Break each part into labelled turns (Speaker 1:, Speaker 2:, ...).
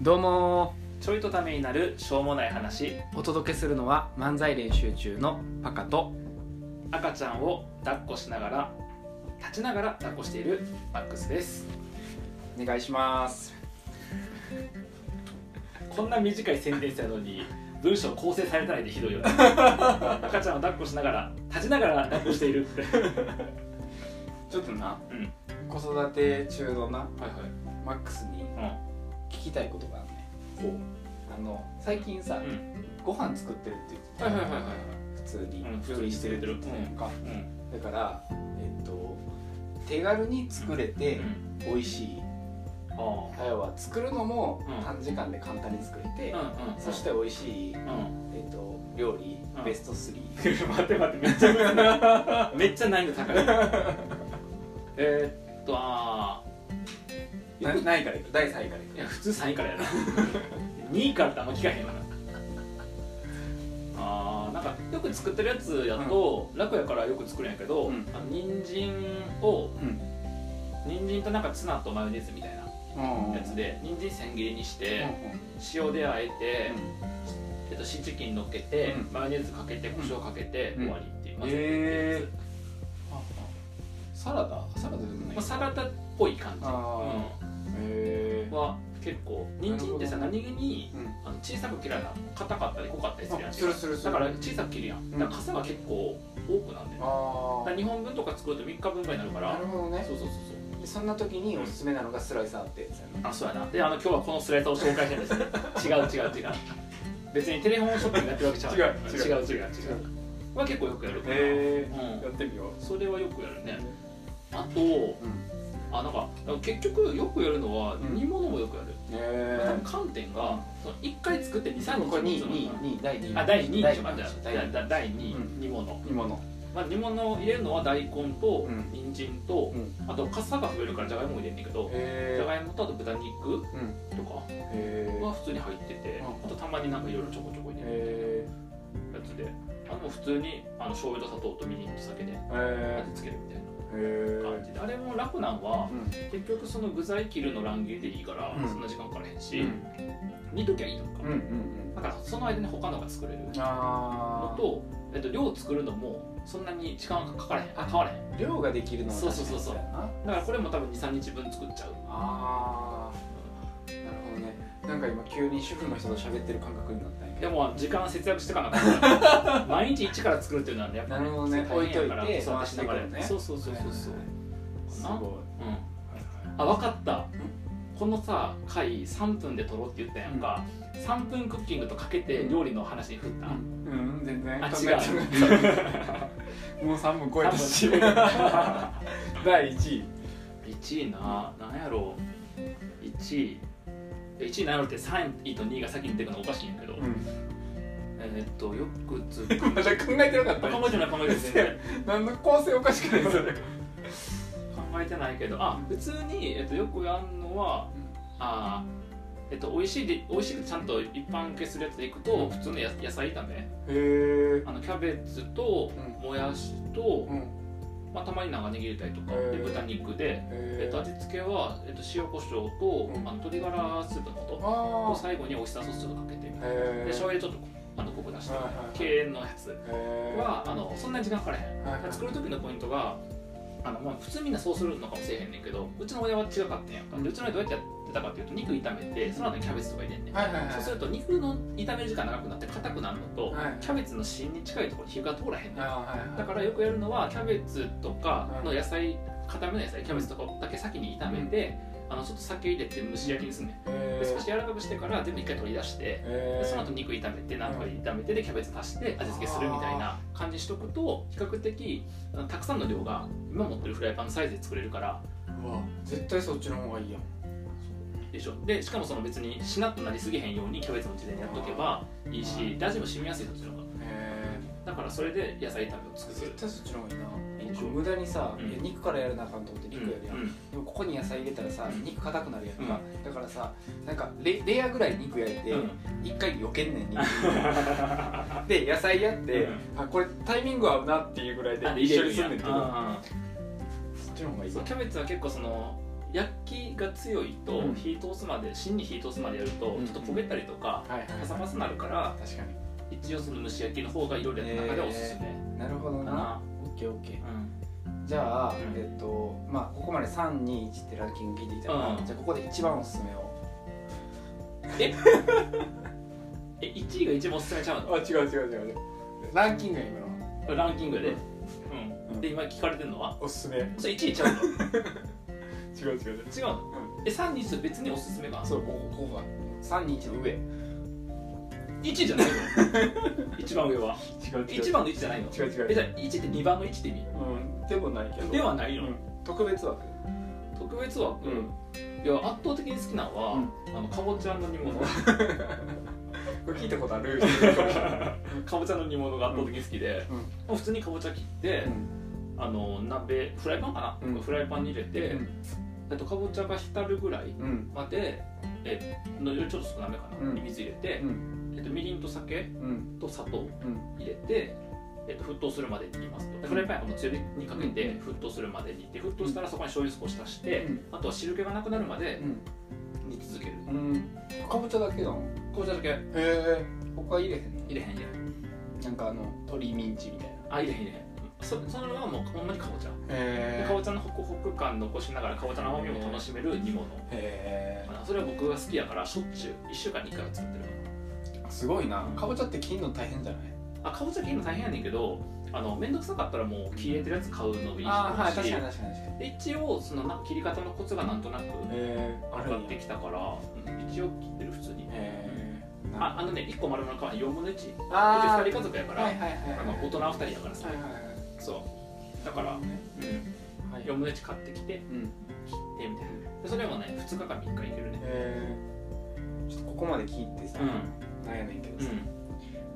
Speaker 1: どうもちょいとためになるしょうもない話お届けするのは漫才練習中のパカと赤ちゃんを抱っこしながら立ちながら抱っこしているマックスです
Speaker 2: お願いします
Speaker 1: こんな短いセンテンスなのに文章構成されてないでひどい よね赤ちゃんを抱っこしながら立ちながら抱っこしているって
Speaker 2: ちょっとな、
Speaker 1: うん
Speaker 2: 子育て中のな
Speaker 1: はい
Speaker 2: マックスに
Speaker 1: はい
Speaker 2: 聞きたいことがあるね
Speaker 1: うんこ
Speaker 2: あの最近さ、
Speaker 1: うん
Speaker 2: ご飯作ってるって言ってた、普通に
Speaker 1: うん
Speaker 2: 料理してるって言ってたやんか、
Speaker 1: うんうん
Speaker 2: だからえっと手軽に作れて美味しい、
Speaker 1: ああ
Speaker 2: 要は作るのも
Speaker 1: うん
Speaker 2: 短時間で簡単に作れて、
Speaker 1: うんうん
Speaker 2: そして美味しい、
Speaker 1: うん
Speaker 2: えっと料理、
Speaker 1: うん
Speaker 2: ベスト3
Speaker 1: 待って待ってめっちゃむずいめっちゃ難易度 高いえーっとあ
Speaker 2: なないからいく第3位からい
Speaker 1: ーいや普通3位からやな2位からってあんま聞かへんわなあーなんかよく作ってるやつやと、楽やからよく作るんやけど、
Speaker 2: うん
Speaker 1: あの人参を
Speaker 2: くうん
Speaker 1: 人参となんかツナとマヨネーズみたいなやつで、人参千切りにして、塩であえて、えっと、シーチキン乗っけて、
Speaker 2: うん
Speaker 1: マヨネーズかけて胡椒かけて、
Speaker 2: うん
Speaker 1: 終わりっていう、
Speaker 2: うん
Speaker 1: 混ぜてっていうやつ
Speaker 2: へーサラダサラダでもない
Speaker 1: まあ、サラダっぽい感じ、
Speaker 2: あ
Speaker 1: う
Speaker 2: へえ
Speaker 1: ん、は結構人参ってさ
Speaker 2: なる
Speaker 1: 何気に
Speaker 2: うん
Speaker 1: あの小さく切らな硬かったり濃かったりするやん
Speaker 2: あするするする
Speaker 1: だから小さく切るやん
Speaker 2: ん
Speaker 1: だから傘が結構多くなんで、ね、だか
Speaker 2: あ
Speaker 1: ら2本分とか作ると3日分ぐらいになるか
Speaker 2: あ
Speaker 1: ら
Speaker 2: なるほどね
Speaker 1: そうそうそうそう
Speaker 2: でそんな時におすすめなのがスライサーってやつやね
Speaker 1: あそうやなであの今日はこのスライサーを紹介してるんですね違う違う違う別にテレフォンショッピングやってるわけちゃう
Speaker 2: 違
Speaker 1: 違う違う違うは結構よくやるから、
Speaker 2: へ
Speaker 1: う
Speaker 2: っ
Speaker 1: ん
Speaker 2: てみよう
Speaker 1: それはよくやるねあと
Speaker 2: うん
Speaker 1: あなんか結局よくやるのは
Speaker 2: ん
Speaker 1: 煮物もよくやる、
Speaker 2: へ
Speaker 1: 多
Speaker 2: え
Speaker 1: 分観点がその1回作って23日
Speaker 2: これ2位
Speaker 1: 持つのかな
Speaker 2: 2位第2位
Speaker 1: あ第2位ちょっと待って
Speaker 2: 第
Speaker 1: だ
Speaker 2: 2
Speaker 1: だ第2
Speaker 2: うん
Speaker 1: 位煮物、
Speaker 2: 位物
Speaker 1: まあ、煮物を入れるのは大根と
Speaker 2: うん
Speaker 1: 人参と、
Speaker 2: うん
Speaker 1: あとかさが増えるからじゃがいも入れんねんけどじゃ
Speaker 2: へ
Speaker 1: がいもとあと豚肉
Speaker 2: えうん
Speaker 1: とか
Speaker 2: へ
Speaker 1: は普通に入ってて、
Speaker 2: うん
Speaker 1: あとたまになんかいろいろちょこちょこ入
Speaker 2: え
Speaker 1: れる
Speaker 2: へ
Speaker 1: やつであの普通にあの醤油と砂糖とみりんと酒で
Speaker 2: えへ
Speaker 1: つけるみたいな
Speaker 2: え
Speaker 1: 感じであれも楽なんは
Speaker 2: うん
Speaker 1: 結局その具材切るの乱切りでいいから、
Speaker 2: うん
Speaker 1: そんな時間かからへんし、
Speaker 2: うん
Speaker 1: 煮ときゃいいとか、
Speaker 2: うんうん
Speaker 1: だからその間に他のが作れるの
Speaker 2: ああ
Speaker 1: と、えっと、量作るのもそんなに時間がかからへんあ変わらへん
Speaker 2: 量ができるのは
Speaker 1: そうそうそうそう
Speaker 2: 確かにやな
Speaker 1: だからこれも多分23日分作っちゃう
Speaker 2: ああなるほどねなんか今急に主婦の人と喋ってる感覚になったんやけ
Speaker 1: で
Speaker 2: ど
Speaker 1: も時間節約してかなあかんか ら毎日一から作るっていうのはねやっぱ
Speaker 2: なるほどね
Speaker 1: 大変やから
Speaker 2: 置いといて
Speaker 1: そうしながら
Speaker 2: 回していくのね
Speaker 1: そうそうそうそうそう、
Speaker 2: すご
Speaker 1: うん
Speaker 2: い
Speaker 1: あ分かったこのさ回3分で撮ろうって言ったやんか、3分クッキングとかけて料理の話に振った、
Speaker 2: うん、全然
Speaker 1: あ
Speaker 2: 考えてなかったもう3分超えたし
Speaker 1: 3分
Speaker 2: 第1位
Speaker 1: 1位な何やろう1位1位何やろうって3位と2位が先に出てくるのおかしいんやけど、
Speaker 2: うん
Speaker 1: えーっとよくつく
Speaker 2: まだ考えてなかったね
Speaker 1: 考えてない考えてない全然
Speaker 2: 何の構成おかしくないそれ
Speaker 1: 考えてないけどあ普通に、えっとよくやるのはあーえっと美味しいで美味しいでちゃんと一般受けするやつでいくと普通のや野菜炒め
Speaker 2: へえ
Speaker 1: あのキャベツと
Speaker 2: う
Speaker 1: もやしと
Speaker 2: う、ん
Speaker 1: まあ、たまに長ネギ入れたりとか
Speaker 2: へ
Speaker 1: で
Speaker 2: ー
Speaker 1: 豚肉で、え
Speaker 2: え
Speaker 1: っと味付けは、えっと塩コショウと、
Speaker 2: うん
Speaker 1: あの鶏ガラスープのこと
Speaker 2: あ
Speaker 1: を
Speaker 2: あ
Speaker 1: 最後にオイスターソースをかけてで
Speaker 2: へえ
Speaker 1: 醤油ちょっとあのコク出して
Speaker 2: はいはいはい
Speaker 1: 経営のやつ
Speaker 2: へ
Speaker 1: はあのそんなに時間かからへん
Speaker 2: はいはい
Speaker 1: 作る時のポイントがあのまあ普通みんなそうするのかもしれへんねんけどうちの親は違かったんやんかでうちの親どうやってやってたかっていうと肉炒めてその後にキャベツとか入れんねん
Speaker 2: はいはいはい
Speaker 1: そうすると肉の炒める時間長くなって硬くなるの
Speaker 2: は
Speaker 1: と
Speaker 2: い
Speaker 1: キャベツの芯に近いところに火が通らへんねん
Speaker 2: あーはいはい
Speaker 1: だからよくやるのはキャベツとかの野菜固めの野菜キャベツとかだけ先に炒めてあのちょっと酒入れて蒸し焼きにすんねん
Speaker 2: へ
Speaker 1: で
Speaker 2: ー
Speaker 1: 少し柔らかくしてから全部一回取り出して
Speaker 2: へー
Speaker 1: でその後肉炒めて何回炒めてでキャベツ足して味付けするみたいな感じにしとくと比較的あのたくさんの量が今持ってるフライパンのサイズで作れるから
Speaker 2: うわ絶対そっちの方がいいやん
Speaker 1: でしょでしかもその別にしなっとなりすぎへんようにキャベツも事前にやっとけばいいしで味も染みやすいそっちの方が
Speaker 2: へ
Speaker 1: だからそれで野菜炒めを
Speaker 2: え
Speaker 1: 作
Speaker 2: 絶
Speaker 1: る
Speaker 2: 対そっちの方がいいない
Speaker 1: いでしょ
Speaker 2: 無駄にさ、
Speaker 1: うん
Speaker 2: いや肉からやらなあかんと思って肉やるやん、
Speaker 1: うん
Speaker 2: でもここに野菜入れたらさ、
Speaker 1: うん
Speaker 2: 肉硬くなるやん
Speaker 1: うん
Speaker 2: か、だからさなんかレレアぐらい肉焼いて、
Speaker 1: うん
Speaker 2: 一回避けんねん肉で野菜やって、
Speaker 1: うん
Speaker 2: あこれタイミング合うなっていうぐらいで
Speaker 1: あで
Speaker 2: 一緒
Speaker 1: 入れ
Speaker 2: に
Speaker 1: るんや
Speaker 2: すんねんけ
Speaker 1: う
Speaker 2: ど
Speaker 1: んうんうん
Speaker 2: そっちの方がいい
Speaker 1: そう
Speaker 2: わ
Speaker 1: キャベツは結構その焼きが強いと
Speaker 2: うん
Speaker 1: 火通すまで芯に火通すまでやるとちょ
Speaker 2: うん
Speaker 1: っと焦げたりとか
Speaker 2: はいはい
Speaker 1: パサパサなるから
Speaker 2: 確か
Speaker 1: 一応その蒸し焼きの方がいろいろやった中ではおすすめ
Speaker 2: になるほど
Speaker 1: か
Speaker 2: な
Speaker 1: な、
Speaker 2: オッケーオッケー
Speaker 1: うん
Speaker 2: じゃあ、
Speaker 1: ん
Speaker 2: えっとまあここまで321ってランキング聞いてきたから、
Speaker 1: うん
Speaker 2: じゃあここで一番おすすめを
Speaker 1: え1位が一番おすすめちゃう
Speaker 2: あ違う違う違うランキングや今の
Speaker 1: のランキングで、
Speaker 2: う
Speaker 1: うんん、で今聞かれてるのは
Speaker 2: おすすめ違う
Speaker 1: それ1位ちゃうの違
Speaker 2: 違う
Speaker 1: う
Speaker 2: 違う
Speaker 1: のえ3位と別におすすめが
Speaker 2: そうここここが321の上違う
Speaker 1: 1位じゃないの 一番上は一番の位置じゃないの
Speaker 2: 違う違う
Speaker 1: えじゃあ1位って2番の位置って意味
Speaker 2: うんでもないけど
Speaker 1: ではないの、
Speaker 2: うん特別枠
Speaker 1: 特別枠、いや圧倒的に好きなのは、あのかぼちゃの煮物
Speaker 2: これ聞いたことある
Speaker 1: かぼちゃの煮物が圧倒的に好きで、
Speaker 2: うん
Speaker 1: もう普通にかぼちゃ切って、あの鍋フライパンかな、
Speaker 2: うん
Speaker 1: フライパンに入れて、
Speaker 2: うん
Speaker 1: えっとかぼちゃが浸るぐらい
Speaker 2: うん
Speaker 1: までえのよりちょっと少なめかな、
Speaker 2: うん
Speaker 1: に水入れて
Speaker 2: う、ん
Speaker 1: えっと、みりんと酒
Speaker 2: うん
Speaker 1: と砂糖
Speaker 2: うん
Speaker 1: 入れて、えっと、沸騰するまで煮ますとでフライパンはもう強火にかけて沸騰するまで煮て沸騰したらそこに醤油少し足して、あとは汁気がなくなるまで煮続ける
Speaker 2: うんうんかぼちゃだけなのへ
Speaker 1: かぼちゃだけ
Speaker 2: え他入れへんの
Speaker 1: 入れへん入れへん
Speaker 2: なんかあの鶏ミンチみたいな
Speaker 1: あいいねいいねそそのままもうほんまにかぼちゃ、
Speaker 2: へ
Speaker 1: でかぼちゃのホクホク感残しながらかぼちゃの甘みも楽しめる煮物
Speaker 2: へ
Speaker 1: かなそれは僕が好きやからしょっちゅう1週間に1回は作ってる
Speaker 2: えすごいなかぼちゃって切るの大変じゃない
Speaker 1: あかぼちゃ切るの大変やねんけどあの面倒くさかったらもう切れてるやつ買うのもいいし
Speaker 2: 確かに確かに
Speaker 1: で一応そのな切り方のコツがなんとなく
Speaker 2: へえあ
Speaker 1: 分かってきたから、うん一応切ってる普通に
Speaker 2: へえ
Speaker 1: ああのね1個丸の皮4分の1うち
Speaker 2: あ
Speaker 1: 2人家族やから、
Speaker 2: はいはいはい
Speaker 1: あの大人2人やからさ、
Speaker 2: はい
Speaker 1: そうだから、うん、
Speaker 2: はいはい
Speaker 1: 4分の1買ってきて
Speaker 2: うん
Speaker 1: 切ってみたいなでそれもね2日か3日いけるね
Speaker 2: えー、ちょっとここまで聞いてさ、
Speaker 1: う
Speaker 2: なんやねんけど
Speaker 1: んう
Speaker 2: さ、
Speaker 1: ん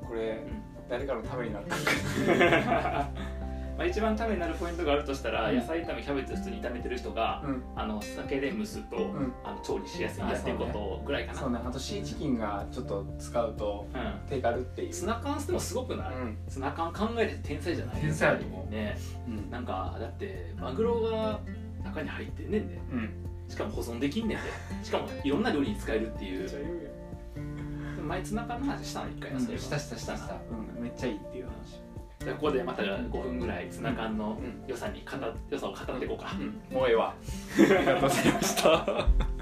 Speaker 2: これ、
Speaker 1: ん
Speaker 2: 誰かのためになったんか
Speaker 1: まあ一番ためになるポイントがあるとしたら、
Speaker 2: うん
Speaker 1: 野菜炒めキャベツ普通に炒めてる人が、
Speaker 2: うん
Speaker 1: あの酒で蒸すと、
Speaker 2: ん
Speaker 1: あの調理しやすい
Speaker 2: あ
Speaker 1: やっていうことぐらいかな
Speaker 2: そうねあとシーチキンがちょっと使うと
Speaker 1: う
Speaker 2: 手軽ってい
Speaker 1: ん
Speaker 2: う
Speaker 1: ツナ缶してもすごくない、
Speaker 2: ん、
Speaker 1: ツナ缶考えて天才じゃない
Speaker 2: 天才やと思う
Speaker 1: ね
Speaker 2: うん
Speaker 1: なんかだってマグロが中に入ってんねんで
Speaker 2: うん、
Speaker 1: しかも保存できんねん でしかもいろんな料理に使えるっていう
Speaker 2: ゃ言うよ
Speaker 1: 前ツナ缶の話したの一回、そういえば
Speaker 2: したしたしたした、うん、めっちゃいいっていう話
Speaker 1: じゃあここでまた5分ぐらいツナ缶の
Speaker 2: ん
Speaker 1: 良さに語っ良さを語っていこうか、
Speaker 2: もうええわありがとうございました